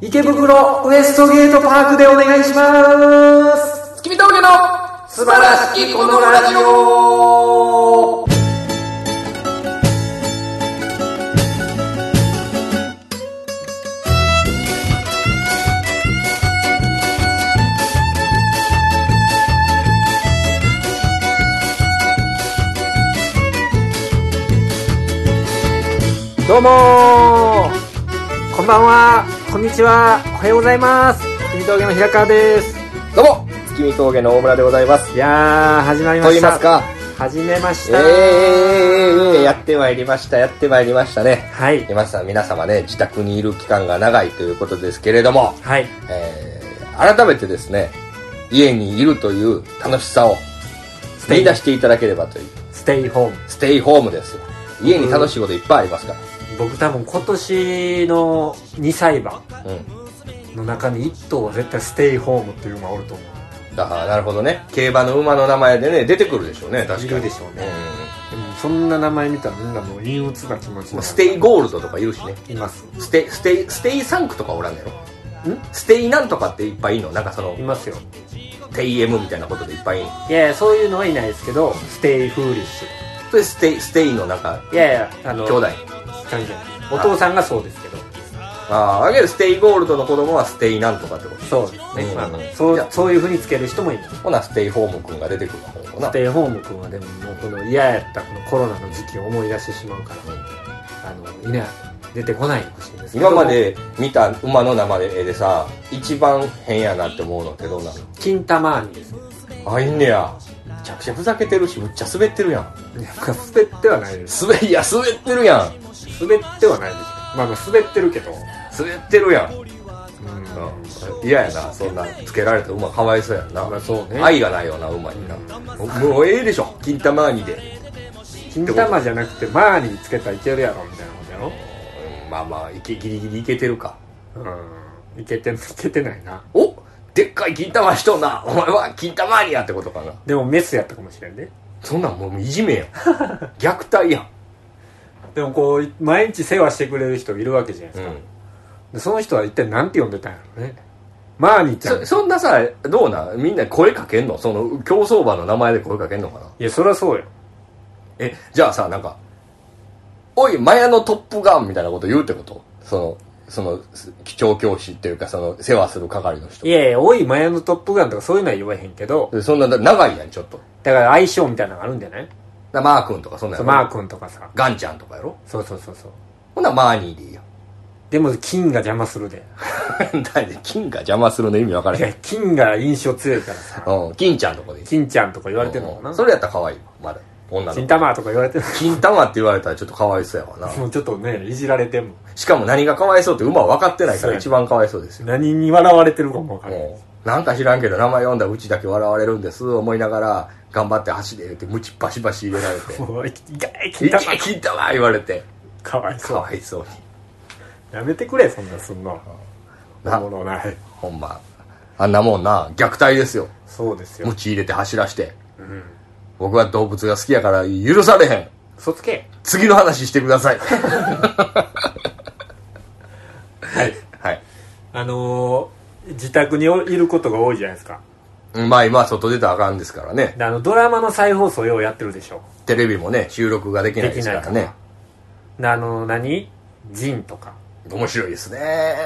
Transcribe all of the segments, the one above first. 池袋ウエストゲートパークでお願いします月見峠の素晴らしきこのラジオどうもーこんばんはこんにちはおはようございます君峠の平川ですどうも月見峠の大村でございますいやー始まりましたと言いますか始めましえーたえーえーえーやってまいりましたやってまいりましたねはい皆さん皆様ね自宅にいる期間が長いということですけれども、はいえー改めてですね家にいるという楽しさをステ見イ出していただければというステイホームステイホームですよ家に楽しいこといっぱいありますか僕多分今年の2歳馬らうんの中に1頭は絶対ステイホームっていう馬おると思ああなるほどね競馬の馬の名前でね出てくるでしょうね確かにいるでしょうねんうでもそんな名前見たらみんなもう陰鬱な気持ちもにうステイゴールドとかいるしねいますステイステイステイサンクとかおらんのやろんステイなんとかっていっぱいいんのなんかそのいますよテイエムみたいなことでいっぱいいんのいやいやそういうのはいないですけどステイフーリッシュそれステイステイのなんかいやいやあの兄弟関係ないお父さんがそうですけどああだけどステイゴールドの子供はステイなんとかってことそうですね、うんまあまあ、そいうやそういうふうにつける人もいるほなステイホームくんが出てくるのほうスなテイホーム君はでももうこの嫌やったこのコロナの時期を思い出してしまうから、うんあのいない出てこないでほしいんですけど今まで見た馬の生で絵でさ一番変やなって思うのってどうなの金玉アニ ですあいんねやめちゃくちゃふざけてるしむっちゃ滑ってるやんいやまあ滑ってはないです滑いや滑ってるやん滑ってはないですまあまあ滑ってるけど滑ってるやんうん嫌やなそんなつけられた馬かわいそうやんな、まあそうね愛がないよな馬にな、もうええでしょ金玉兄で、金玉じゃなくてマーニーつけたらいけるやろみたいなことやうん、まあまあいけギリギリいけてるかろうんいけていけてないなおでっかい金玉しとんなお前は金玉兄やってことかなでもメスやったかもしれんねそんなんもういじめやん虐待やんでもこう毎日世話してくれる人いるわけじゃないですうか、んでその人は一体なんて呼んでたんやろねマーニーちゃんそそんなさどうなんみんな声かけんのその競走馬の名前で声かけんのかないやそりゃそうよえじゃあさなんか「おいマヤのトップガン」みたいなこと言うってことそのその基調教師っていうかその世話する係の人いやいやおいマヤのトップガンとかそういうのは言わへんけどでそんなだ長いやんちょっとだから相性みたいなのがあるんじゃないだマー君とかそんなんそやうろマー君とかさガンちゃんとかやろそうそうそうそうほなマーニーでいいやでも金が邪魔するでだって 金が邪魔するの意味わからいへんや金が印象強いからさうん金ちゃんとかでいい金ちゃんとか言われてるのかうなんそれやったら可愛いわまだ女金の玉とか言われてる金玉って言われたらちょっとかわいそうやわなもうちょっとねいじられてもしかも何がかわいそうって馬は分かってないかそうらや一番かわいそうですよ何に笑われてるかも分からないもうなんか知らんけど名前読んだらうちだけ笑われるんです思いながら頑張って走れ言ってムチバシバシ入れられ てもういきがい「い金け玉聞いたわ」言われてかわいそかうわいそうにやめてくれそんなんすんのなおもろないほんまあんなもんな虐待ですよそうですよムチ入れて走らしてうん僕は動物が好きやから許されへん嘘つけ次の話してく ださいはいはいあのー自宅においることが多いじゃないですかまあ今外出たらあかんですからねであのドラマの再放送ようやってるでしょテレビもね収録ができないですからできねないであの何ジンとか面白いですね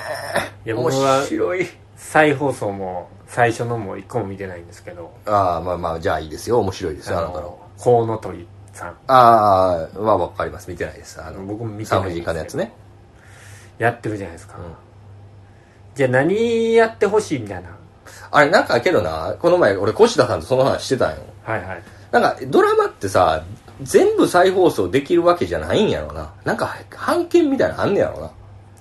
いや面僕は白い再放送も最初のも一個も見てないんですけどああまあまあじゃあいいですよ面白いですあよあの頃のコウノトリさんああ、まあわかります。見てないです。あの、僕も見てない産婦人科のやつね。やってるじゃないですか、んじゃあ何やってほしいみたいなあれ、なんかけどな、この前俺、越田さんとその話してたんよ。はいはいなんか、ドラマってさ、全部再放送できるわけじゃないんやろな。なんか、版権みたいなのあんねやろな。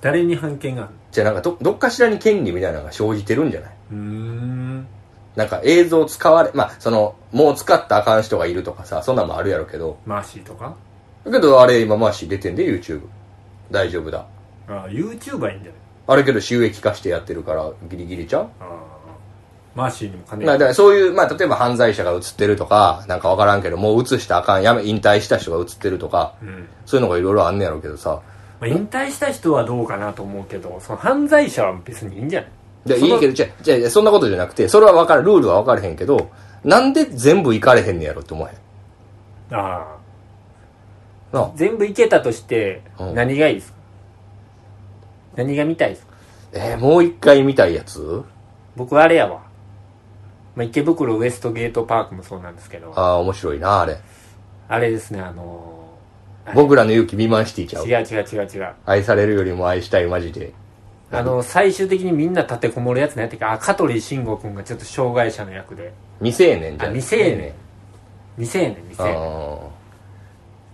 誰に判権があるじゃあなんかど、どっかしらに権利みたいなのが生じてるんじゃないうーんなんか映像使われ、まあ、その、もう使ったらあかん人がいるとかさ、そんなんもあるやろけど。マーシーとかだけど、あれ、今、マーシー出てんで、YouTube。大丈夫だ。あ YouTuber いいんじゃないあれけど、収益化してやってるから、ギリギリちゃうあマーシーにも金まあ、だからそういう、まあ、例えば犯罪者が映ってるとか、なんかわからんけど、もう映したらあかん、やめ、引退した人が映ってるとか、うんそういうのがいろいろあんねやろうけどさ、まあ、引退した人はどうかなと思うけどその犯罪者は別にいいんじゃないでそのいいけど、じゃじゃそんなことじゃなくて、それは分かる、ルールは分かれへんけど、なんで全部行かれへんねやろって思わへん。ああなあ全部いけたとしてうん何がいいですか、何が見たいですかえーもう一回見たいやつ僕あれやわ、まあ、池袋ウエストゲートパークもそうなんですけどあああ、面白いな、あれ。れですねあの僕らの勇気未満シティちゃう。ー違う違う違う違う愛されるよりも愛したい、マジで。あの最終的にみんな立てこもるやつなんやったっけあ香取慎吾君がちょっと障害者の役で未成年じあゃん。未成年未成年未あ成年ー。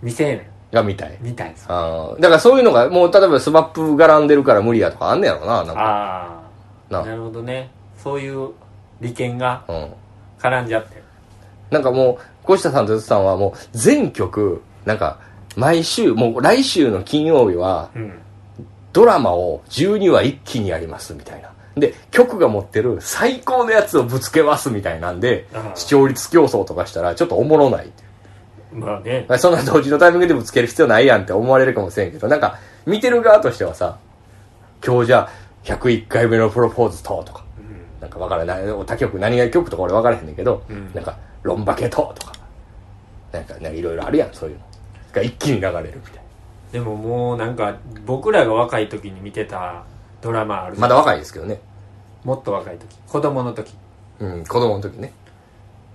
未成年が見たい。みたいですああーだからそういうのが、もう例えばスマップ絡んでるから無理やとかあんねやろな、なんか。あなーなるほどねそういう利権がうん。絡んじゃってなんかもう、越田さんとずつさんはもう全曲、なんか、毎週、もう来週の金曜日は、うんドラマを12話一気にやりますみたいな。で、曲が持ってる最高のやつをぶつけますみたいなんであー、視聴率競争とかしたらちょっとおもろないっていう。まあねまあそんな同時のタイミングでぶつける必要ないやんって思われるかもしれんけど、なんか、見てる側としてはさ、今日じゃあ101回目のプロポーズととか、なんかわからない、他曲、何が曲とか俺わからへんねんけど、んなんか、ロンバケととか、なんか、なんかいろいろあるやん、そういうの。が一気に流れるみたいな。でももうなんか僕らが若い時に見てたドラマあるじゃまんだ若いですけどね。もっと若い時子供の時うん、子供の時ね。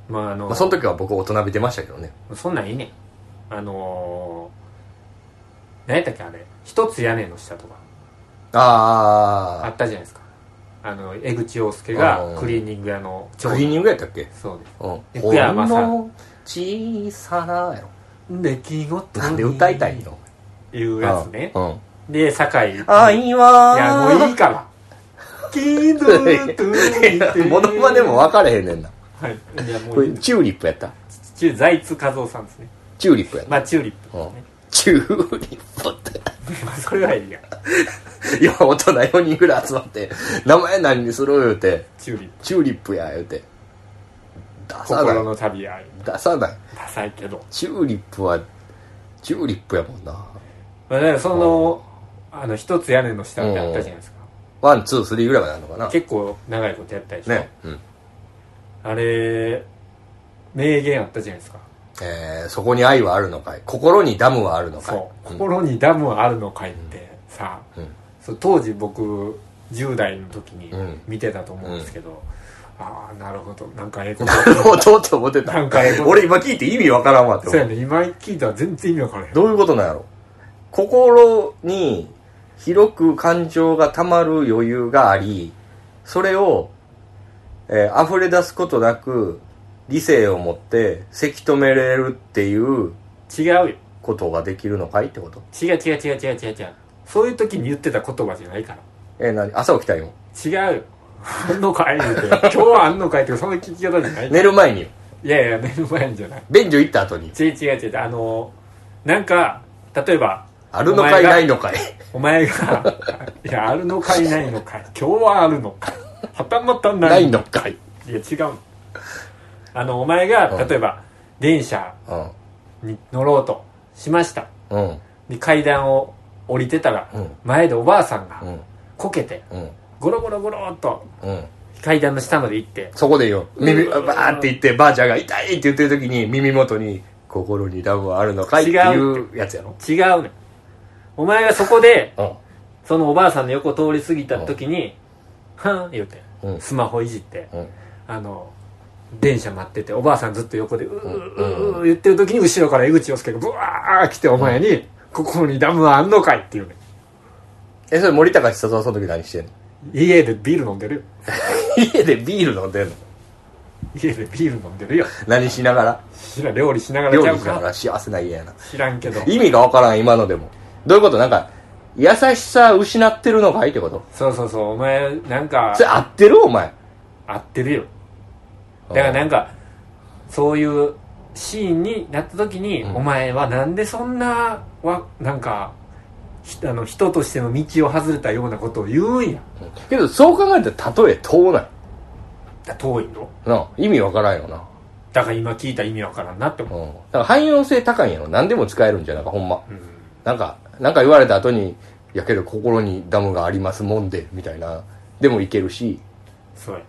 まああの、まあ、その時は僕大人びてましたけどね。そんなんいいねんあのー、何やったっけあれ一つ屋根の下とかああったじゃないですかあの江口洋介がうんクリーニング屋のあ、クリーニングやったっけそうですうん。福山さんほんの小さなやろ。出来事なんで歌いたいのいうやつねうん。で酒井い愛はやもういい からキードゥトゥーモノマネも分かれへんねんな。はいいやもこうれ、チューリップやったチュ財津和夫さんですねチューリップやった。まあチューリップ うんね、チューリップっまあそれはいいやて。今、大人4人ぐらい集まって、名前何にする言うて、チューリップチューリップや言うて。出さな心い。の旅や出さない。ダサいけどチューリップは、チューリップやもんな。まあ、だからその、あの、一つ屋根の下ってあったじゃないですか。ワン、ツー、スリーぐらいまであるのかな。結構長いことやったでしょ。ね。うん。あれ、名言あったじゃないですか。えーそこに愛はあるのかい心にダムはあるのかいそう。心にダムはあるのかいってさ、うんそう当時僕、10代の時にうん見てたと思うんですけど、ああ、なるほど。なんかえ えこと。なるほどって思ってなたんかええこと俺今聞いて意味わからんわってそう思やうね。今聞いたら全然意味わからへん。どういうことなんやろ心に広く感情がたまる余裕がありそれを、えー溢れ出すことなく理性を持ってせき止めれるっていう違うよ。ことができるのかいってこと違う違う違う違う違う違う。そういう時に言ってた言葉じゃないから。えー何朝起きたいも違うよ。あんのかい言 うて。今日はあんのかいって、その聞き方じゃないから寝る前によいやいや、寝る前にじゃない。便所行った後に違う違う違う。あの、なんか、例えば、あるのかいないのかいお前が、 いや、あるのかいないのかい。今日はあるのかい。はたまたなないいのかい、いや、違うの。あの、お前が、うん例えば、電車うんに乗ろうとしました。うんで、階段を降りてたら、うん前でおばあさんがう、んこけて、うんゴロゴロゴロっと、うん階段の下まで行って、そこでよ、耳、うバわーって言って、ばあちゃんが痛いって言ってる時に、耳元に、心にダムはあるのかいっていうやつやろ。違うね。お前がそこで、うそのおばあさんの横通り過ぎた時に「はん」言うて、うんスマホいじって、ん。うん。あの電車待ってておばあさんずっと横で「うーううんーうー言ってる時に後ろから江口洋介がブワー来てお前に「ここにダムはあんのかい」っていうねえ、それ森高千里はその時何してんの家でビール飲んでるよ家でビール飲んでんの家でビール飲んでるよ何しながら知らん料理しながら料ちゃう理しながから幸せな家やな。知らんけど意味がわからん、今のでも。どういうことなんか、優しさ失ってるのかいってことそうそうそうお前なんかそれ合ってるお前。合ってるよだからなんかそういうシーンになった時に、うんお前はなんでそんなわなんかひあの人としての道を外れたようなことを言うんやうんけど、そう考えたら、例え遠ない。だ遠いのなあ意味わからんよな。だから今聞いた意味わからんなって思うん。だから汎用性高いんやろ。何でも使えるんじゃなくほんま。う、うんなんか、なんか言われた後に「やけど心にダムがありますもんで」みたいなでもいけるしそうや、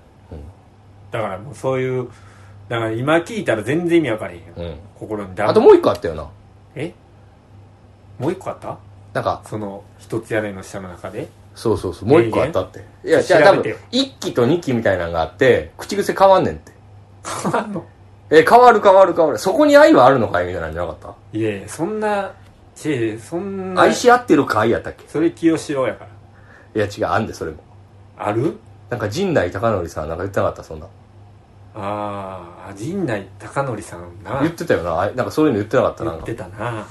だからもうそういうだから今聞いたら全然意味わかれへんよ、うん心にダあともう一個あったよなえもう一個あったなんかその一つ屋根の下の中でそうそうそうもう一個あったっていやじゃあ多調べて分よ一期と二期みたいなのがあって口癖変わんねんって変わんの え変わる変わる変わるそこに愛はあるのかいみたいなんじゃなかっいやいやそんなちえそんたな愛し合ってるかいやったっけそれ清志郎やからいや違うあんでそれもあるなんか陣内孝則さんなんか言ってなかったそんなああ陣内孝則さんな言ってたよなあなんかそういうの言ってなかった言なんっかてたな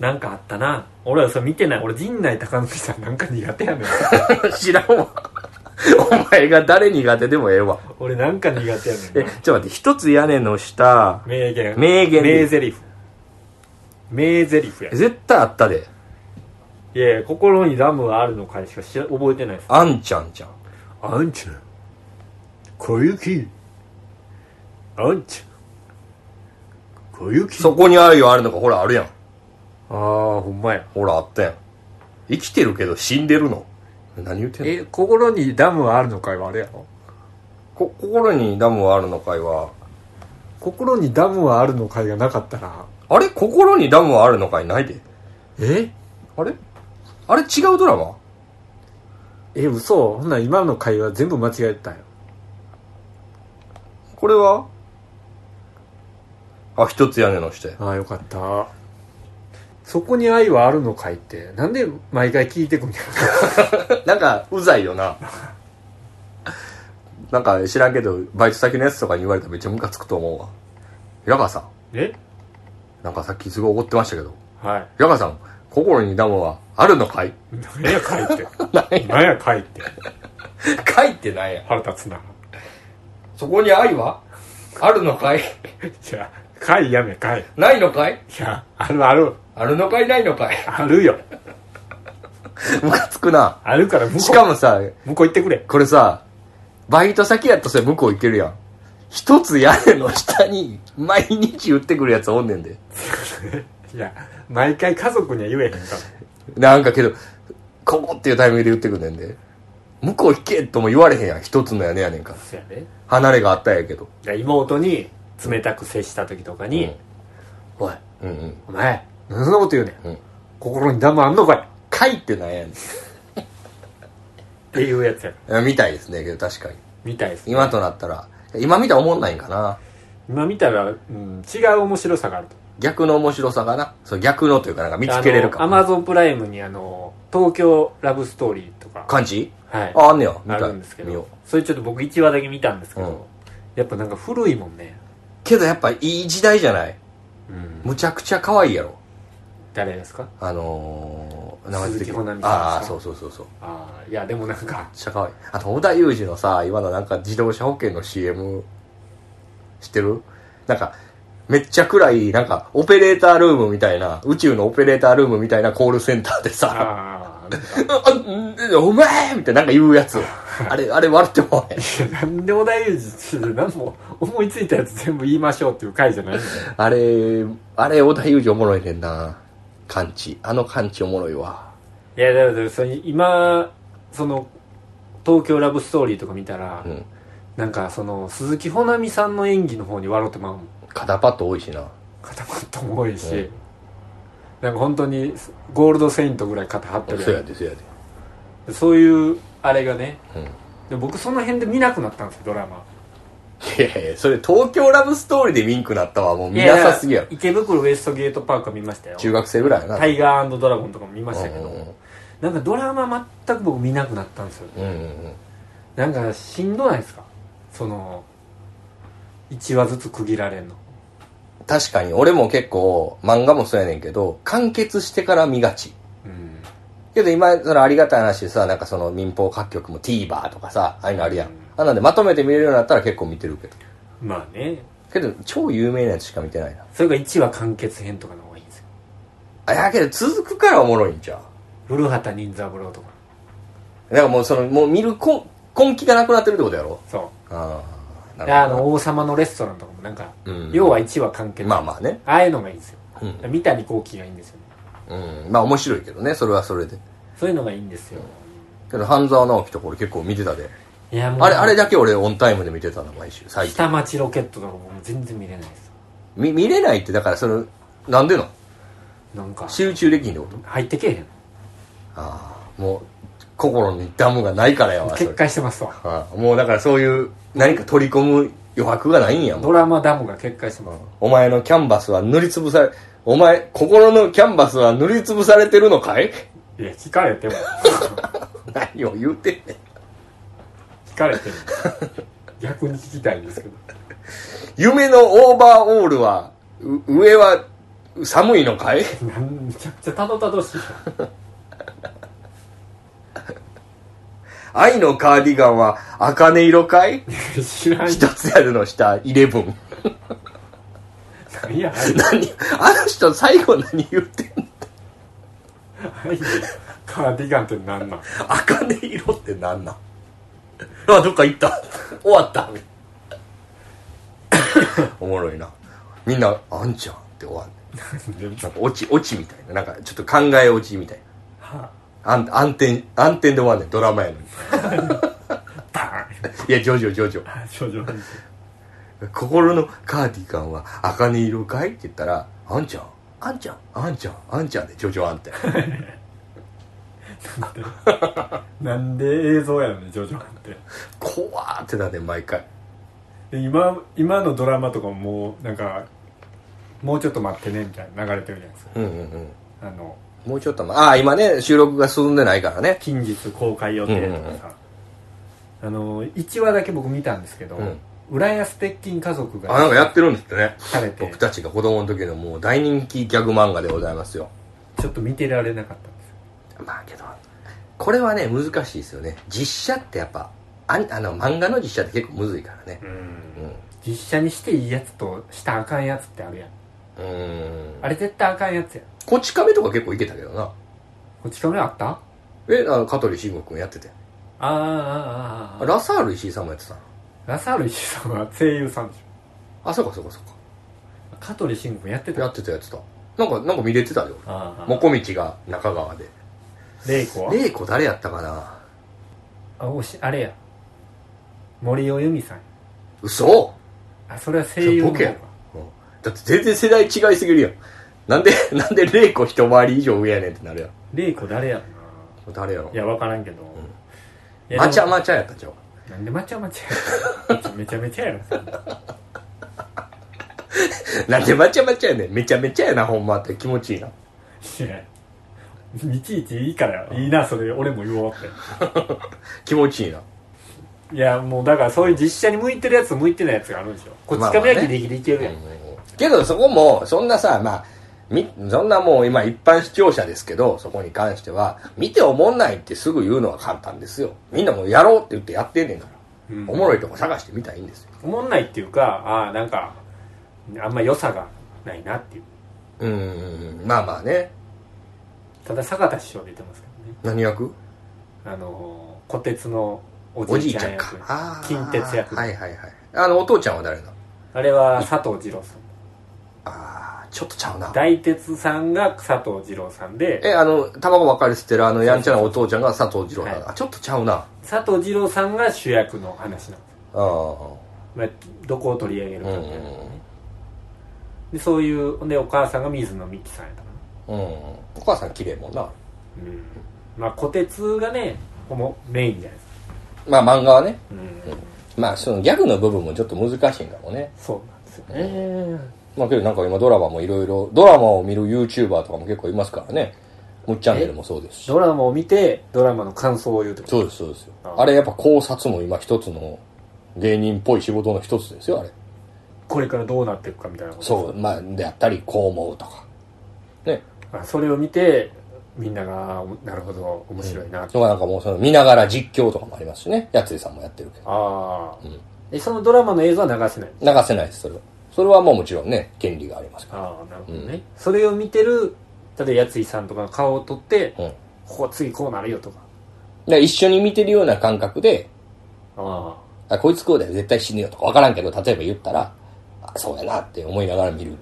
なんかあったな俺はそれ見てない俺陣内孝則さんなんか苦手やね ん知らんわお前が誰苦手でもええわ俺なんか苦手やねえんなちょっと待って一つ屋根の下名言名言名台詞名台詞や絶対あったでいやいや心にダムはあるのかしか知ら覚えてないですあんちゃんじゃんあんちゃん小雪あんちゃん小雪そこに愛はあるのかほらあるやんああほんまやほらあったやん生きてるけど死んでるの何言ってんのえ心にダムはあるのかいはあれやろこ心にダムはあるのかいは心にダムはあるのかいがなかったらあれ心にダムはあるのかいないでえあれあれ違うドラマえ嘘ほんなら今の会話全部間違えたよこれはあ一つ屋根の下やああよかったそこに愛はあるのかいってなんで毎回聞いてくんやなんかうざいよななんか知らんけどバイト先のやつとかに言われたらめっちゃムカつくと思うわ平川さんえなんかさっきすごい怒ってましたけどはい平川さん心にダムはあるのかい 何や会 って何や会ってかいってなんや腹立つなそこに愛はあるのかいじゃあ会やめ会いないのかいやあるあるあるのかいないのかい あるよムカつくなあるから向こうしかもさ向こう行ってくれこれさバイト先やったらそれ向こう行けるやん一つ屋根の下に毎日言ってくるやつおんねんでいや毎回家族には言えへんからなんかけど、ここっていうタイミングで言ってくんねんで。向こう行けとも言われへんやん。一つの屋根やねんから。そうやね離れがあったんやけど。いや妹に冷たく接した時とかに「おいうんうん。お前何でそんなこと言うねん、うん心にダムあんのかい!」かいってなんやねん。っていうやつやえみたいですね、けど確かに。みたいです今となったら、今見たら思んないんかな。今見たら、うん、違う面白さがあると逆の面白さがな。そう、逆のというかなんか見つけれるか。アマゾンプライムにあの東京ラブストーリーとか感じはいあ、あんねや。見あたるいんですけ見ようど。それちょっと僕1話だけ見たんですけど、うんやっぱなんか古いもんね、けどやっぱいい時代じゃないうん、むちゃくちゃ可愛いやろ。誰ですかあのー、鈴木保奈美さんああ、そうそうそうそう。ああいやでもなん かめっちゃ可愛いあと織田裕二のさ今のなんか自動車保険の CM 知ってるなんかめっちゃ暗いなんかオペレータールームみたいな宇宙のオペレータールームみたいなコールセンターでさあ「あん お前!」みたいななんか言うやつあれあれ笑ってもらえあなんで織田裕二何も思いついたやつ全部言いましょうっていう回じゃないんだよあれあれ織田裕二おもろいねんな感知あの感知おもろいわいやだからそれ今その東京ラブストーリーとか見たら、うんなんかその鈴木保奈美さんの演技の方に笑ってまうもん肩パッド多いしな肩パッドも多いし、うんなんか本当にゴールドセイントぐらい肩張ってるそうややでそうやでんそういうあれがねうんで僕その辺で見なくなったんですよドラマいやいやそれ東京ラブストーリーでミンクなったわもう見なさすぎやろい池袋ウエストゲートパークは見ましたよ中学生ぐらいやなタイガードラゴンとかも見ましたけど、うんうんうんなんかドラマ全く僕見なくなったんですようんうんうんなんかしんどないですかその1話ずつ区切られんの確かに俺も結構漫画もそうやねんけど完結してから見がちうんけど今そのありがたい話でさなんかその民放各局も TVer とかさああいうのあるやん、うんあんなんでまとめて見れるようになったら結構見てるけどまあねけど超有名なやつしか見てないなそれが1話完結編とかの方がいいんですよあやけど続くからおもろいんちゃう古畑任三郎とかだからもうそのもう見る根根気がなくなってるってことやろそうああであなるほの王様のレストランとかもなんか、うん要は1話完結、どまあまあねああいうのがいいんですよ、うん三谷幸喜がいいんですよねうん、まあ面白いけどねそれはそれでそういうのがいいんですよけど半沢直樹とか俺結構見てたでいやもうあれあれだけ俺オンタイムで見てたの毎週最近下町ロケットとかもう全然見れないですみ見れないってだからそれなんでのなんか集中できんってこと入ってけえへんああもう心にダムがないからやわそ決れ壊してますわああもうだからそういう何か取り込む余白がないんやもんドラマダムが決壊してますお前のキャンバスは塗りつぶされお前心のキャンバスは塗りつぶされてるのかい いや聞かれても何を言うてんねん聞かれ ても逆に聞きたいんですけど夢のオーバーオールはう上は寒いの かいなんめちゃくちゃたどたどしい愛のカーディガンは茜色かい知らん一つ屋根の下イレブン何やはい何あの人最後何言ってんのはいカーディガンって何 なん茜色ってなん なんあどっか行った 終わったおもろいなみんな「あんちゃん」って終わるなんか落ち落ちみたいななんかちょっと考え落ちみたいはな暗暗転暗転で終わんねんドラマやのにあ バーンいやジョジョジョジョあ少女編心のカーディガンは茜色かいって言ったら「あんちゃんあんちゃんあんちゃんあんちゃん」でジョジョあんてなんで映像やのねジョジョなんて怖ーってなんねん毎回で今今のドラマとかももうなんかもうちょっと待ってねみたいな流れてるじゃないですかうんうんうんあのもうちょっとまああ今ね収録が進んでないからね近日公開予定とかさ、あの1話だけ僕見たんですけど、うん浦安鉄筋家族あなんかがやってるんですってねされて僕たちが子供の時のもう大人気ギャグ漫画でございますよちょっと見てられなかったんですよまあけどこれはね難しいですよね実写ってやっぱあんあの漫画の実写って結構むずいからねうん実写にしていいやつとしたあかんやつってあるやんうーんあれ絶対あかんやつやんこち亀とか結構いけたけどなこっち亀あったあえあの香取慎吾君やっててあああああラサール石井さんもやってたのラサール石井さんは声優さんでしあそうかそうかそうょ香取慎吾もやってかたやってたやってたなんかなんか見れてたで俺ああもこみちが中川で玲子は玲子誰やったかなあおしあれや森尾由美さんや嘘あそれは声優のそれボケや方ろうんだって全然世代違いすぎるやんなんで なんで玲子一回り以上上やねんってなるやん玲子誰やろ誰やろないや分からんけど、いやまちゃでまちゃやったんちゃうもなんでまちゃまちゃやろめちゃめちゃやろそれなんでまちゃまちゃやねんめちゃめちゃやなほんまって気持ちいいないやいちいちいいからいいなそれ俺も言おうって気持ちいいないやもうだからそういう実写に向いてるやつと向いてないやつがあるんですよこっまちあまあ亀ね焼きできるいけるやん、けどそこもそんなさまあみそんなもう今一般視聴者ですけどそこに関しては見ておもんないってすぐ言うのは簡単ですよみんなもうやろうって言ってやってんねんから、うんおもろいとこ探してみたらいいんですよおもんないっていうかああなんかあんま良さがないなっていううんうんうんまあまあねただ坂田師匠出てますけどね何役あのー虎鉄のおおじじいいちちゃゃんんか役あー近鉄役、はいはいはいあのお父ちゃんは誰なのあれは佐藤二郎さんああちょっとちゃうな大鉄さんが佐藤二郎さんでえあの卵ばっかり吸ってるあのやんちゃなお父ちゃんが佐藤二郎さん、はいあちょっとちゃうなあ佐藤二郎さんが主役の話なんですよあまあどこを取り上げるうかんみたいなね、でそういうほんでお母さんが水野美紀さんやったかうんお母さん綺麗もんななうんまあ虎鉄がねほぼメインじゃないですかまあ漫画はねうんまあそのギャグの部分もちょっと難しいんかもねそうなんですよねまあけどなんか今ドラマもいろいろドラマを見る YouTuber とかも結構いますからねむっちゃんねるもそうですしドラマを見てドラマの感想を言うってことそうですそうですよああれやっぱ考察も今一つの芸人っぽい仕事の一つですよあれこれからどうなっていくかみたいなことそうまあであったりこう思うとかねあそれを見てみんながおなるほど面白いなと、とかなんかもうその見ながら実況とかもありますしねやついさんもやってるけどああ、えそのドラマの映像は流せない流せないですそれはそれはもうもちろんね権利がありますかああなるほどね、それを見てる例えばやついさんとかの顔を撮って、ら、うん、だかここ次こうなるよとから一緒に見てるような感覚でああこいつこうだよ絶対死ぬよとか分からんけど例えば言ったらあそうやなって思いながら見るみ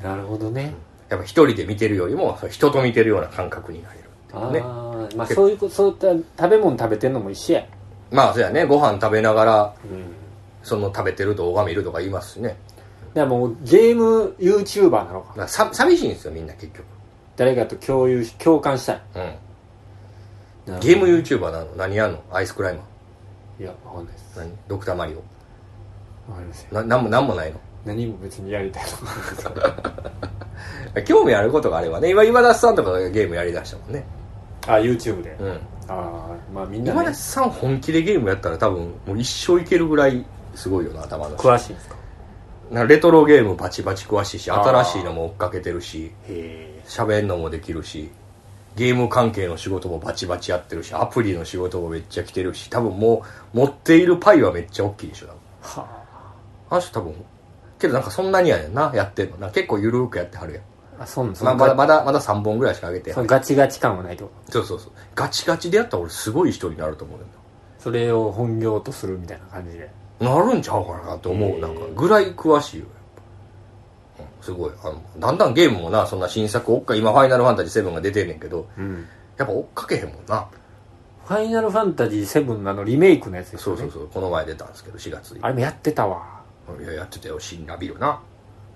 たいあなるほどね、やっぱ一人で見てるよりもその人と見てるような感覚になれるっていうねああまあそういうことそういった食べ物食べてんのも一緒やまあそうやねご飯食べながらうんその食べてる動画見るとか言いますしねでもうゲーム YouTuber なのかだからさ寂しいんですよみんな結局、誰かと共有し共感したいうん、なるほどゲーム YouTuber なの何やんのアイスクライマーいやわかんないです何ドクターマリわかりませんオな何も何もないの 何も別にやりたいことないですから 興味あることがあればね今今田さんとかがゲームやりだしたもんねあ YouTube で、うんああまあみんな、今ね田、さん本気でゲームやったら多分もう一生いけるぐらいすごいよな頭の詳しいんですかなんかレトロゲームバチバチ詳しいしあー新しいのも追っかけてるしへ喋んのもできるしゲーム関係の仕事もバチバチやってるしアプリの仕事もめっちゃ来てるし多分もう持っているパイはめっちゃ大きいでしょ多分はあの人多分けどなんかそんなにやねんなやってんのな結構ゆるーくやってはるやんああそうなんまあまだまだまだ3本ぐらいしか上げてそのガチガチ感はないってことそうそうそうガチガチでやったら俺すごい人になると思うねんだそれを本業とするみたいな感じでなるんちゃうかなと思うなんかぐらい詳しいよやっぱうんすごいあのだんだんゲームもなそんな新作追っか今「ファイナルファンタジー7」が出てんねんけどうんやっぱ追っかけへんもんなファイナルファンタジー7のあのリメイクのやつですそようねそうそうこの前出たんですけど4月にあれもやってたわいややってたよ新ラビルな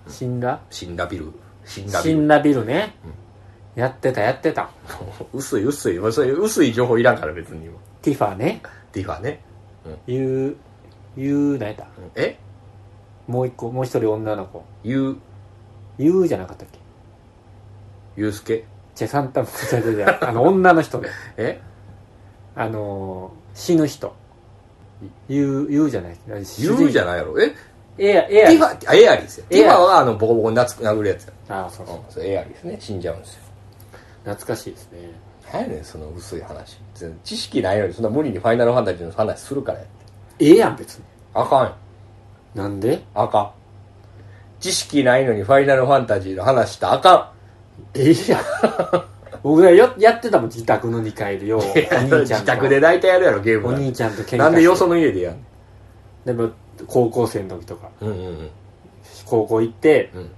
死んだ新ラビル新ラビ死ルんだビルね、やってたやってた 薄い薄いまあそういう薄い情報いらんから別に今ティファねディファねいういう何やったうんえもう一個もう一人女の子ゆう言うじゃなかったっけゆうすけじゃサンタもじゃじゃじゃあの女の人でえあのー死ぬ人言う言うじゃないゆうじゃないないやろえエアエアディファあエアリスやディエフアリスァはあのボコボコになつ殴るやつやああそうそううんそれエアリスね死んじゃうんですよ懐かしいですね何やねんその薄い話全知識ないのにそんな無理にファイナルファンタジーの話するからやってええやん別にあかんよなんであかん知識ないのにファイナルファンタジーの話したらあかええやん 僕がよやってたもん自宅の2階でようお兄ちゃんんと自宅で大体やるやろゲームおなんて兄ちゃんと喧嘩なんでよしてその家でやんでも高校生の時とかうんうんうん高校行ってうん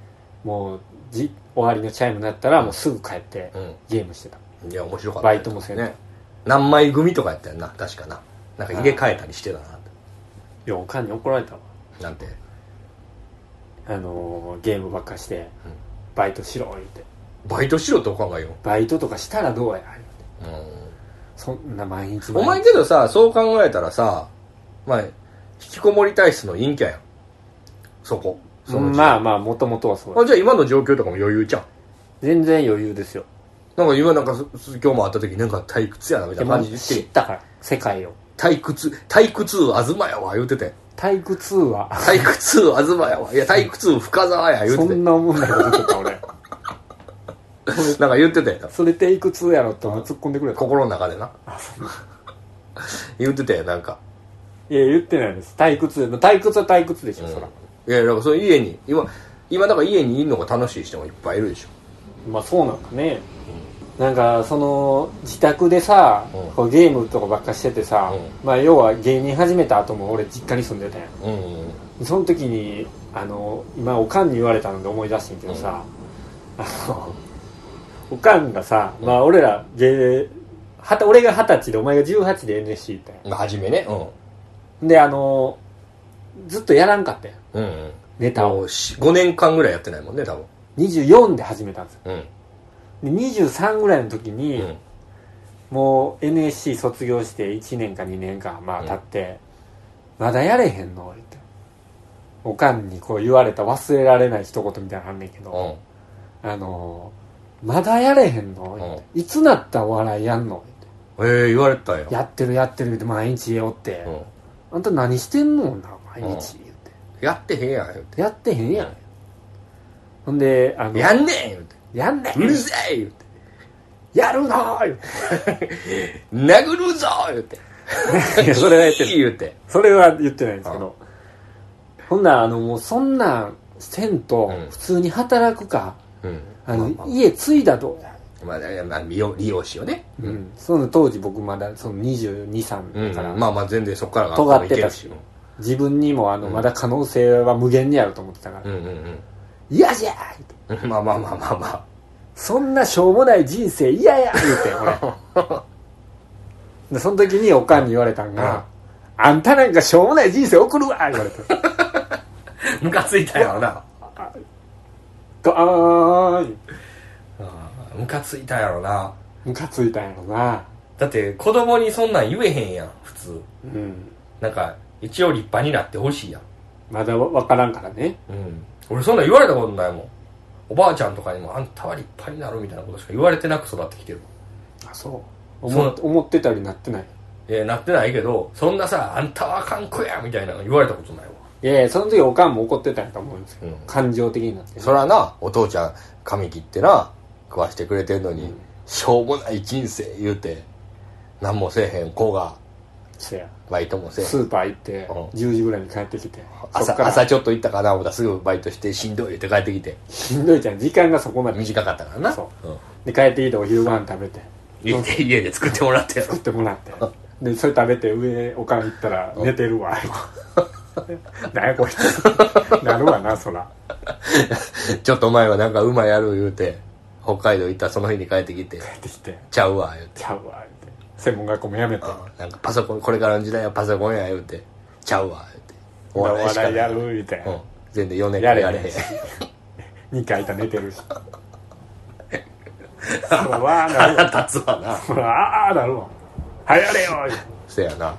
もうじ終わりのチャイムになったらもうすぐ帰ってうんゲームしてたいや面白かったバイトもせんとね何枚組とかやったよな確かななんか入れ替えたりしてたないやおかんに怒られたわなんてあのーゲームばっかしてバイトしろ言ってバイトしろっておかんがよ、バイトとかしたらどうや言うてうんそんな毎日毎日お前けどさそう考えたらさまあ引きこもり体質の陰キャやんそこそのうちまあまあもともとはそうあじゃあ今の状況とかも余裕じゃん全然余裕ですよなんか今なんかす今日も会った時なんか退屈やなみたでいなも感じで知言っってたから世界を退屈退屈東やわ言うてて体育通は退屈東やわいや退屈深沢や言そうててんなおもんないこと言ってた俺なんか言っててそれテイク2やろって突っ込んでくれたい心の中でな言っててなんかや言ってないです退屈退屈は退屈でしょ、そらいやなんかその家に今今だから家にいるのが楽しい人もいっぱいいるでしょまあそうなんかね、なんかその自宅でさ、うんこうゲームとかばっかしててさ、うまあ要は芸人始めた後も俺実家に住んでたやんうんうんうんその時にあの今おかんに言われたので思い出してんけどさ、あのおかんがさ、まあ俺ら芸はた俺が二十歳でお前が18で NSC 行ったやまあ初めねうんんであのずっとやらんかったやんうんうんネタを5年間ぐらいやってないもんね多分24で始めたんですようんで23ぐらいの時に、うんもう NSC 卒業して1年か2年かまあ経って、まだやれへんのっておかんにこう言われた忘れられない一言みたいなのあんねんけうど、んあのーまだやれへんの、言うていつなったらお笑いやんの言うええ言われたんやてやってるやってる言うて毎日おって、うんあんた何してんのな毎日言って、やってへんやん言うてやってへんやん、ほんであのやんねん言うてやんねんうるせえ言うてやるな言う殴るぞ言うてていやそれはやってる いい言うてそれは言ってないんですけどほんならあのもうそんなんせんとうん普通に働くか、うんあの、まあま家継いだと、あまあまあまあ利用利用しようねうんその当時僕まだその2 2三うんだから、まあまあ全然そこからが尖ってたしうん自分にもあのまだ可能性は無限にあると思ってたから、うんうんうん嫌じゃーって まあまあまあまあまあそんなしょうもない人生嫌や言うて俺 でその時におかんに言われたんが「あんたなんかしょうもない人生送るわ!」言われてムカついたやろな「ガーン!うんムカついたやろな」ムカついたんやろなだって子供にそんなん言えへんやん普通うんなんか一応立派になってほしいやんまだわからんからねうん俺そんなん言われたことないもんおばあちゃんとかにもあんたは立派になるみたいなことしか言われてなく育ってきてるあそう思っ思ってたよりなってないいやなってないけどそんなさあんたはあかん子やみたいなの言われたことないわいやいやその時おかんも怒ってたんやと思うんですけど、うん感情的になってねそらなお父ちゃん髪切ってな食わしてくれてんのに、しょうもない人生言うて何もせえへん子がそやバイトもせえへんスーパー行ってうん10時ぐらいに帰ってきてそっか朝ら朝ちょっと行ったかな思ったらすぐバイトしてしんどい言って帰ってきてしんどいじゃん時間がそこまで短かったからな、そうん、で帰ってきてお昼ご飯食べて家で家で作ってもらったやろ作ってもらってでそれ食べて上おかん行ったら寝てるわ なんやこい つなるわなそらちょっと前はなんか馬やる言うて北海道行ったその日に帰ってきて帰ってきてちゃうわ言うてちゃうわ言うて専門学校もやめてなんかパソコンこれからの時代はパソコンや言うてちゃうわ言うてお笑いしかないやる言うてうん全然4年や間れややれへれん2回いたら寝てるしそらなるわ腹立つわなそらああなるわはやれよ言うてせやな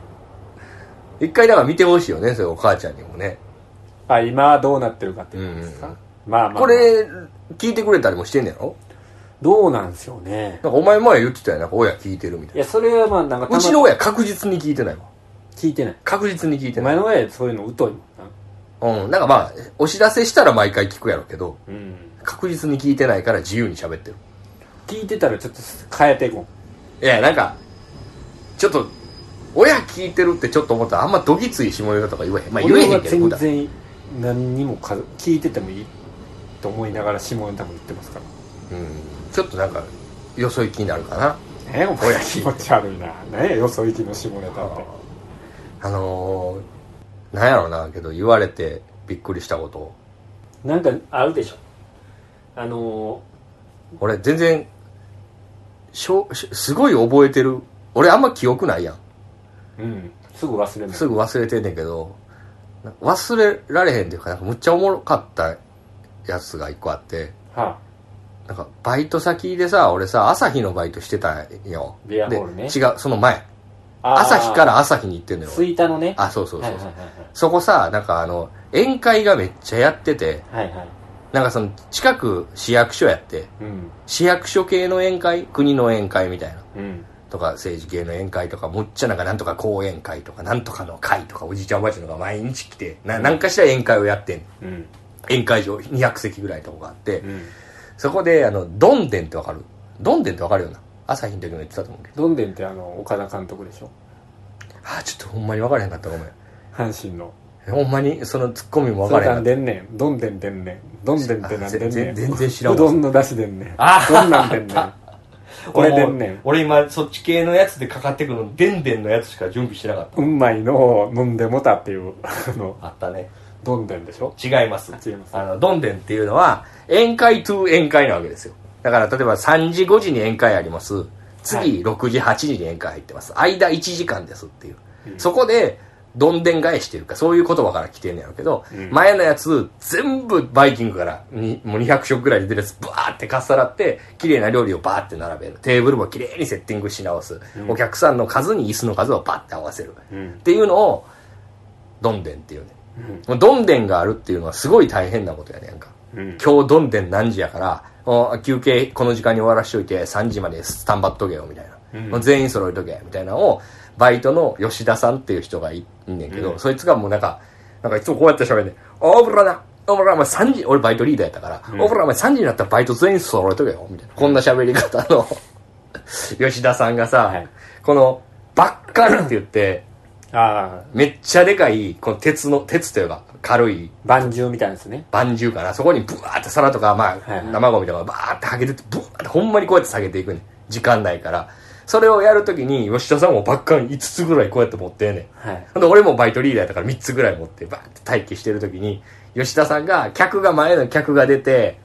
一回だから見てほしいよねそれお母ちゃんにもねあ今はどうなってるかっていうんですか、まあまあまあこれ聞いてくれたりもしてんねやろどうなんですよねなんかお前前言ってたやんなんか親聞いてるみたいいやそれはまあなんかたなまうちの親確実に聞いてないわ聞いてない確実に聞いておな前いの親そういうの疎いもんなうんなんかまあお知らせしたら毎回聞くやろうけどうん確実に聞いてないから自由に喋ってる聞いてたらちょっと変えていこいやなんかちょっと親聞いてるってちょっと思ったらあんまどぎつい下ネタとか言わへんうまあ言えへんけど俺は全普段然何にもか聞いててもいいと思いながら下ネタも言ってますからうんちょっとなんかよそ行きになるかな何やお前気持ち悪いな何やよそ行きの下ネタってあのー、なんやろうなけど言われてびっくりしたことなんかあるでしょあの俺全然しょしすごい覚えてる俺あんま記憶ないやんーうんすぐ忘れますすぐ忘れてんねんけどな忘れられへんっていうかなんかむっちゃおもろかったやつが一個あってはなんかバイト先でさ俺さ朝日のバイトしてたんよビアホールねで違うその前あ朝日からら朝日に行ってんのよ吹田のねあそうそうそうそう、はいはそこさなんかあの宴会がめっちゃやってていはいはいはいなんかその近く市役所やってうん市役所系の宴会国の宴会みたいなうんとか政治系の宴会とかむっちゃなんかなんとか講演会とかなんとかの会とかおじいちゃんおばあちゃんのが毎日来てななんかした宴会をやってんうん宴会場200席ぐらいのとこがあって、うんそこであのドンデンってわかるドンデンってわかるよな朝日の時も言ってたと思うけどどんでんってあの岡田監督でしょああちょっとほんまにわからへんかったごめん阪神のほんまにそのツッコミもわそかうらへんなかんったでんねんどんでんでんねんどんでんってなんでんねあぜん全然知らんわうどんの出汁でんねんあどんなんでんねん これでんねん俺今そっち系のやつでかかってくるのデンデンのやつしか準備してなかっうまいのを飲んでもたっていうあのあったねどんでんでしょ違います違いますあのどんでんっていうのは宴会 to 宴会なわけですよだから例えば3時5時に宴会あります次6時8時に宴会入ってます間1時間ですっていう、そこでどんでん返しっていうかそういう言葉から来てんねやろうけど、前のやつ全部バイキングからにもう200食ぐらい出てるやつバーってかっさらって綺麗な料理をバーって並べるテーブルも綺麗にセッティングし直す、お客さんの数に椅子の数をバッて合わせる、うんっていうのをどんでんっていうねもうどんでんがあるっていうのはすごい大変なことやねんか、うん今日どんでん何時やからもう休憩この時間に終わらしといて3時までスタンバっとけよみたいな、もう全員揃いとけみたいなのをバイトの吉田さんっていう人がいいんねんけど、そいつがもうなんかなんかいつもこうやって喋るねん「おぶらなおぶらお前3時俺バイトリーダーやったから、おぶらお前3時になったらバイト全員揃えとけよ」みたいなこんな喋り方の 吉田さんがさ、はいこのバッカルって言ってああめっちゃでかい、この鉄の、鉄というか、軽い、晩中みたいですね万重かな。そこにブワーって皿とか、まあはい、生ゴミとかバーってはけてって、ブワーってほんまにこうやって下げていくねん時間ないから。それをやるときに吉田さんもバッカン5つぐらいこうやって持ってんねんはいほんで俺もバイトリーダーだから3つぐらい持ってバーって待機してる時に吉田さんが客が前の客が出て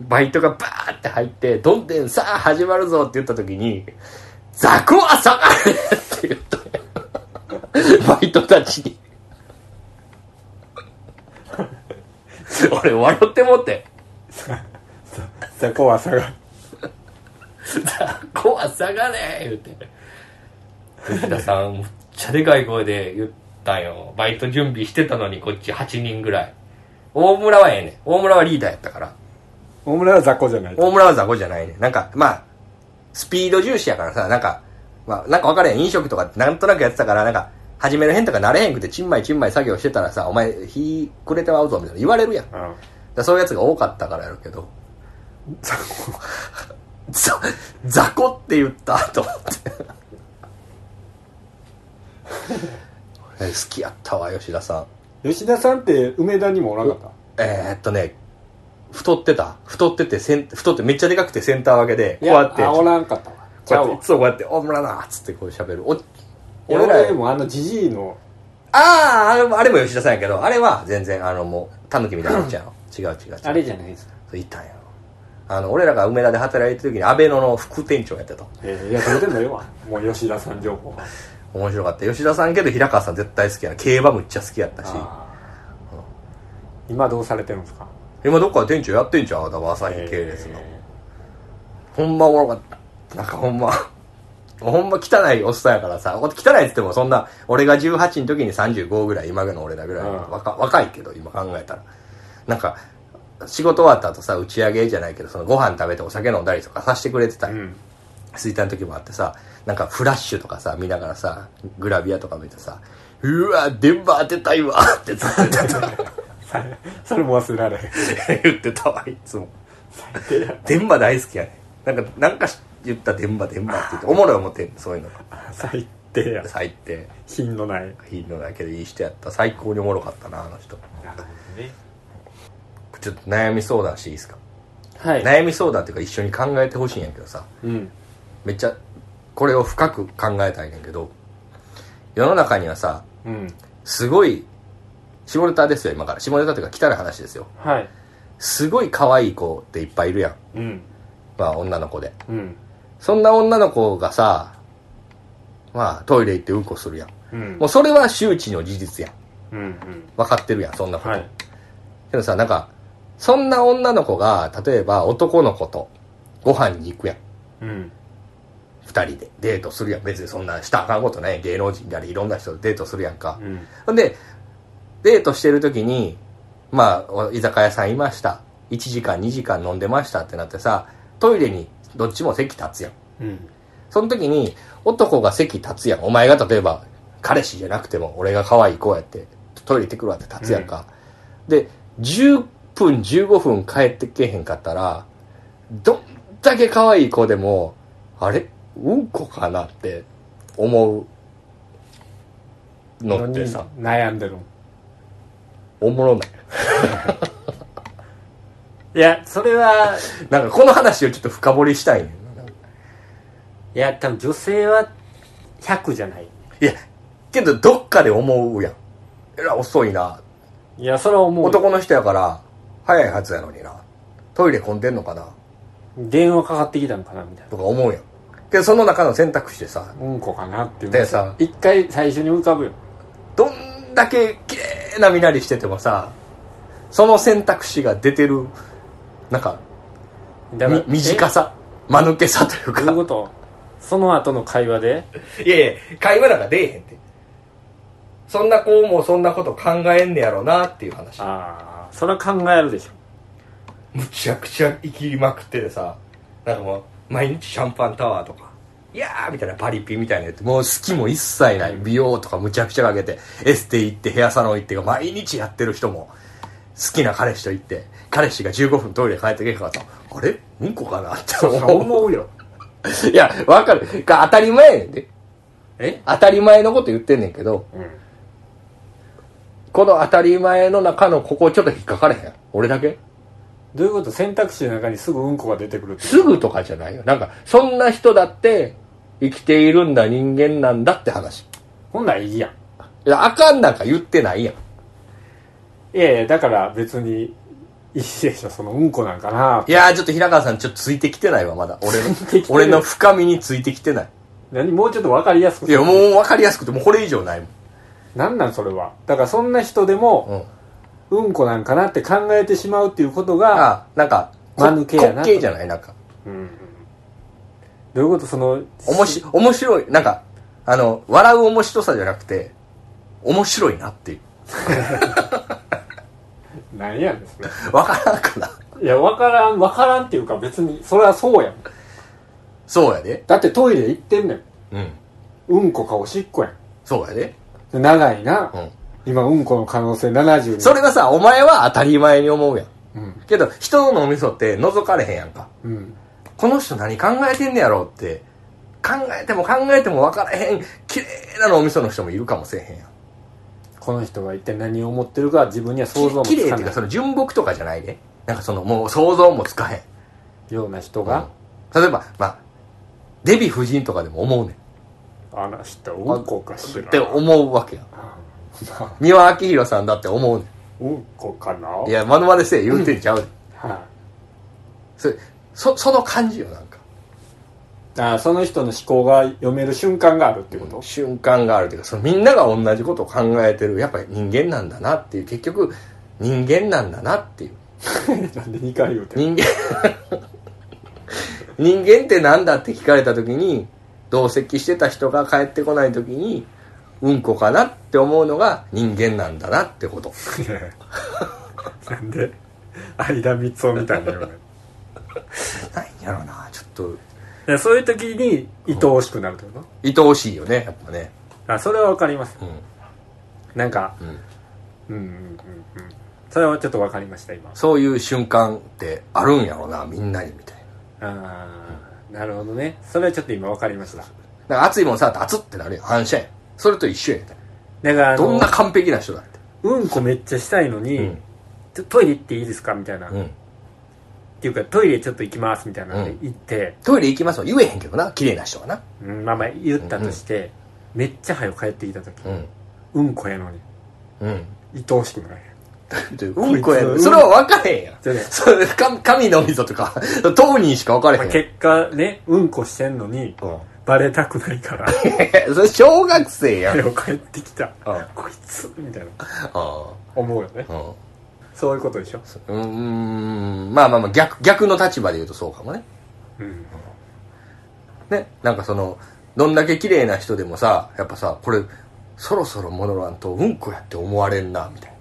バイトがバーって入ってどんでんさあ始まるぞって言った時に「ザコは下がれ!」って言ってバイトたちに俺笑ってもって雑魚は下が「ザ コは下がれ!」言って吉田さんむっちゃでかい声で言ったんよバイト準備してたのにこっち8人ぐらい大村はええねん大村はリーダーやったから大村は雑魚じゃない大村は雑魚じゃないねなんかまあスピード重視やからさなんかまあなんか分からへん飲食とかってなんとなくやってたからなんか始めるへんとかなれへんくてちんまいちんまい作業してたらさお前火くれてまうぞみたいな言われるやんだかうんらそういうやつが多かったからやるけど雑魚雑魚って言ったと思って 俺好きやったわ吉田さん吉田さんって梅田にもおらんかったえー、っとね太ってた太っててセン太ってめっちゃでかくてセンター分けでこういやってあおらんかったわちこうゃうやってわいつもこうやって「大村な」っつってこう喋るおいや俺ら俺もあのじじいのあああれもあれも吉田さんやけどあれは全然あのもうタヌキみたいになっちゃうの違う違う違うあれじゃないですかそういたんやろあの俺らが梅田で働いてる時にアベノの副店長やってたえーいやどうでもええわもう吉田さん情報は面白かった吉田さんけど平川さん絶対好きやな競馬むっちゃ好きやったしあー今どうされてるんですか今どっかで店長やってんじゃん多分朝日系列の、えほんまおもろかった。なんかほんま、ほんま汚いおっさんやからさ、汚いっつってもそんな、俺が18の時に35ぐらい、今の俺らぐらい、うん若若いけど、今考えたら。なんか、仕事終わった後さ、打ち上げじゃないけど、そのご飯食べてお酒飲んだりとかさせてくれてたうよん吹田の時もあってさなんかフラッシュとかさ見ながらさグラビアとか見てさ「うわ電波当てたいわ」ってずっと言ってた それも忘れられへん 言ってたわいつも電波大好きやねなんかなんか言ったら電波電波って言っておもろい思ってんそういうの最低や最低品のないいいのだけどいい人やった最高におもろかったなあの人ちょっと悩み相談していいですかはい、悩み相談っていうか一緒に考えてほしいんやけどさうんめっちゃこれを深く考えたいねんけど世の中にはさうんすごい下ネタですよ今から下ネタというか汚い話ですよはいすごい可愛い子っていっぱいいるやんうんまあ女の子でうんそんな女の子がさまあトイレ行ってうんこするやんうんもうそれは周知の事実やうんんうん分かってるやんそんなこと、はいけどさなんかそんな女の子が例えば男の子とご飯に行くやんうん二人でデートするやん別にそんなしたらあかんことない芸能人でありいろんな人とデートするやんか、うんほんで、デートしてる時に、まあ、お居酒屋さんいました。1時間、2時間飲んでましたってなってさ、トイレにどっちも席立つやん。うんその時に、男が席立つやん。お前が例えば、彼氏じゃなくても、俺が可愛い子やって、トイレ行ってくるわって立つやんか。で、10分、15分帰ってけへんかったら、どんだけ可愛い子でも、あれうんこかなって思うのってさ。何悩んでるのおもろない。いやそれはなんかこの話をちょっと深掘りしたいねんな。いや多分女性は100じゃないいや、けどどっかで思うやん。えら、遅いな。いやそれは思うよ男の人やから、早いはずやのにな。トイレ混んでんのかな電話かかってきたのかなみたいとか思うやん。けどその中の選択肢でさ、なうんこかなっていうでさ一回最初に浮かぶよどんだけ綺麗な身なりしててもさ、その選択肢が出てる、なんか、だみ短さ、間抜けさというえどういうか。ことその後の会話でいやいや、会話なんか出えへんって。そんな子もそんなこと考えんねやろなっていう話。ああそれは考えるでしょむちゃくちゃ生きりまくってさなんかもう毎日シャンパンタワーとかいやーみたいなパリピみたいなやってもう好きも一切ない美容とかむちゃくちゃかけてエステ行ってヘアサロン行ってが毎日やってる人も好きな彼氏と行って彼氏が15分トイレ帰ってけへんかったらあれうんこかなって思思うよう いやわかるが当たり前やねんでえ当たり前のこと言ってんねんけどうんこの当たり前の中のここちょっと引っかかれへん俺だけどういうこと選択肢の中にすぐうんこが出てくるってすぐとかじゃないよなんかそんな人だって生きているんだ人間なんだって話ほんならいいやんいやあかんなんか言ってないやんいやいやだから別にいいでしょそのうんこなんかないやーちょっと平川さんちょっとついてきてないわまだ俺のてきてる俺の深みについてきてない何もうちょっと分かりやすくいやもう分かりやすくてもうこれ以上ないもん何なんそれはだからそんな人でも、うん、こなんかなって考えてしまうっていうことが、あなんかこ間抜けやなと滑稽じゃないなんかうんどういうことそのおもし面白いなんかあの笑う面白さじゃなくて面白いなっていう何やねんそれわからんかないや分からん分からんっていうか別にそれはそうやんそうやでだってトイレ行ってんねんうんうんこかおしっこやんそうやでで長いな、うん今うんこの可能性70にそれがさお前は当たり前に思うやんうんけど人の脳みそって覗かれへんやんかうんこの人何考えてんねやろうって考えても考えても分からへん綺麗な脳みその人もいるかもしれへんやんこの人が一体何を思ってるか自分には想像もき綺つ麗かっていうかなその純朴とかじゃないでなんかそのもう想像もつかへんいような人が、例えばまあデヴィ夫人とかでも思うねんあの人うんこかしらって思うわけやんあ三輪明宏さんだって思うねうんこかなんいや目の真似せえ言うてんちゃうねん、はそれそその感じよなんかいあその人の思考が読める瞬間があるってこと、瞬間があるというかそのみんなが同じことを考えてるやっぱり人間なんだなっていう結局人間なんだなっていう なんで2回言うてん人間 人間ってなんだって聞かれた時に同席してた人が帰ってこない時にうんこかなって思うのが人間なんだなってことなんで相田光雄みたい なようないなんやろなちょっとやそういう時に愛おしくなるってこ愛おしいよねやっぱねとあそれは分かりますうんなんかうんうんうんうんうんそれはちょっと分かりました今そういう瞬間ってあるんやろなみんなにみたいなああなるほどねそれはちょっと今分かりましたなんか熱いもんさ熱ってなるやん反射やんそれと一緒やんだからあどんのな完璧な人だってうんこめっちゃしたいのに、うんちょトイレ行っていいですかみたいな、うっんていうかトイレちょっと行きますみたいなのでうん行って、トイレ行きますは言えへんけどな綺麗な人はなうん、まあまあ言ったとして、めっちゃ早く帰ってきた時うんうんこやのにうん愛おしくなるうんこやでそれは分かれへんやんじゃあねそれか神の溝とか当人しか分かれまへあ、んやん結果ねうんこしてんのにバレたくないからうん それ小学生やん早く帰ってきたあこいつみたいなあ思うよねうんそういうことでしょうーんまあまあまあ逆逆の立場で言うとそうかもねうんねなんかそのどんだけ綺麗な人でもさやっぱさこれそろそろ戻らんとうんこやって思われんなみたい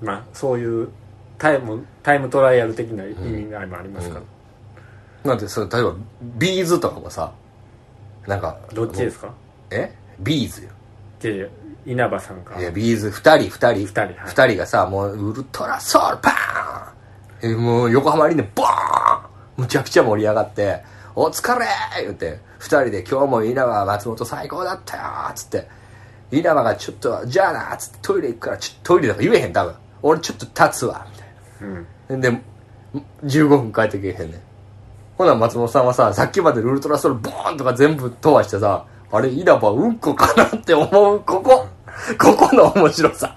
まあそういうタイムタイムトライアル的な意味合いもありますから、ななんてそれ例えばビーズとかもさなんかどっちですかえビーズよじゃあ稲葉さんかいやビーズ2人2人2人はい人がさもうウルトラソウルパーンえもう横浜アリーナボーンむちゃくちゃ盛り上がって「お疲れ!」言って2人で「今日も稲葉松本最高だったよ」つって稲葉が「ちょっとじゃあな」つってトイレ行くからちょトイレだから言えへん多分俺ちょっと立つわみたいなうんで15分帰ってけえへんねんほな松本さんはささっきまでウルトラソウルボーンとか全部飛ばしてさあれ稲葉うんこかなって思うここここの面白さ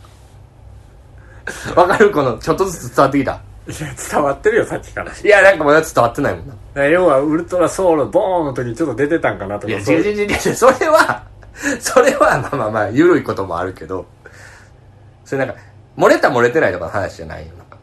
わかるこのちょっとずつ伝わってきたいや伝わってるよさっきから だかいやなんかまだ伝わってないもんなら要はウルトラソウルボーンの時にちょっと出てたんかなといやか違そうういう違う違う違うそれは それはまあまあまあ緩いこともあるけどそれなんか漏れた漏れてないとかの話じゃないよなんか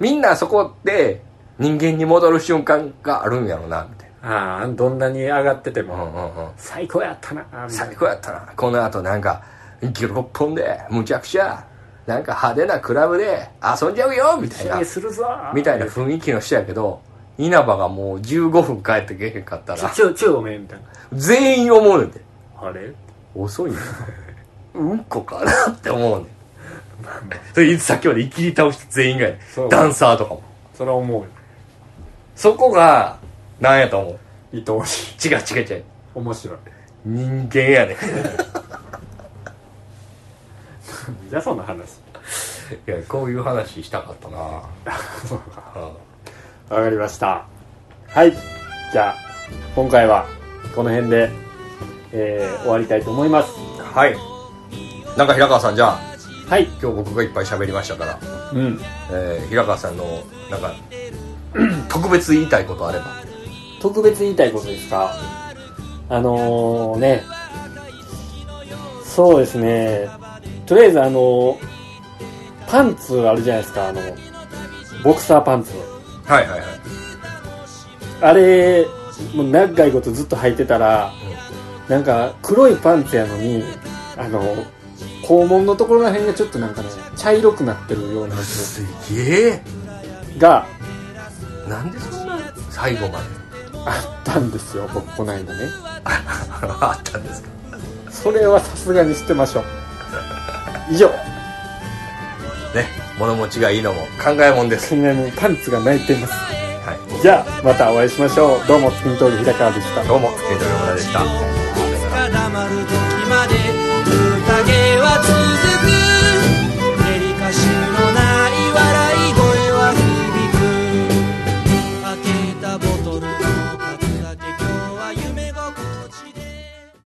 みんなそこで人間に戻る瞬間があるんやろうなみたいなああどんなに上がってても、うんうんうん最高やったなあみたい最高やったなこの後なんか16本でむちゃくちゃなんか派手なクラブで遊んじゃうよみたいなな気にするぞみたいな雰囲気の人やけど稲葉がもう15分帰ってけへんかったらちょちょおめえみたいな全員思うねんてあれ遅いなうんこかなって思うねんそれいつさっきまでいきり倒して全員がやねそうダンサーとかもそれは思うよそこがなんやと思う愛おしい違う違う違う 面白い人間やねんいじゃあそんな話やこういう話したかったなわかりましたはいじゃあ今回はこの辺で、えー終わりたいと思いますはいなんか平川さんじゃあはい今日僕がいっぱい喋りましたから、うんえー平川さんのなん か特別言いたいことあれば特別言いたいことですかあのー、ねそうですねとりあえずあのーパンツあるじゃないですかあのボクサーパンツはいはいはいあれもう長いことずっと履いてたらなんか黒いパンツやのにあの肛門のところら辺がちょっとなんかね茶色くなってるようなやつすげえがなんでそんな最後まであったんですよ僕こないだね あったんですかそれはさすがに捨てましょう以上ね物持ちがいいのも考えもんです気になるパンツが泣いていますはいじゃあまたお会いしましょうどうも月見峠平川でしたどうも、ケイトリオナでした。つか黙ると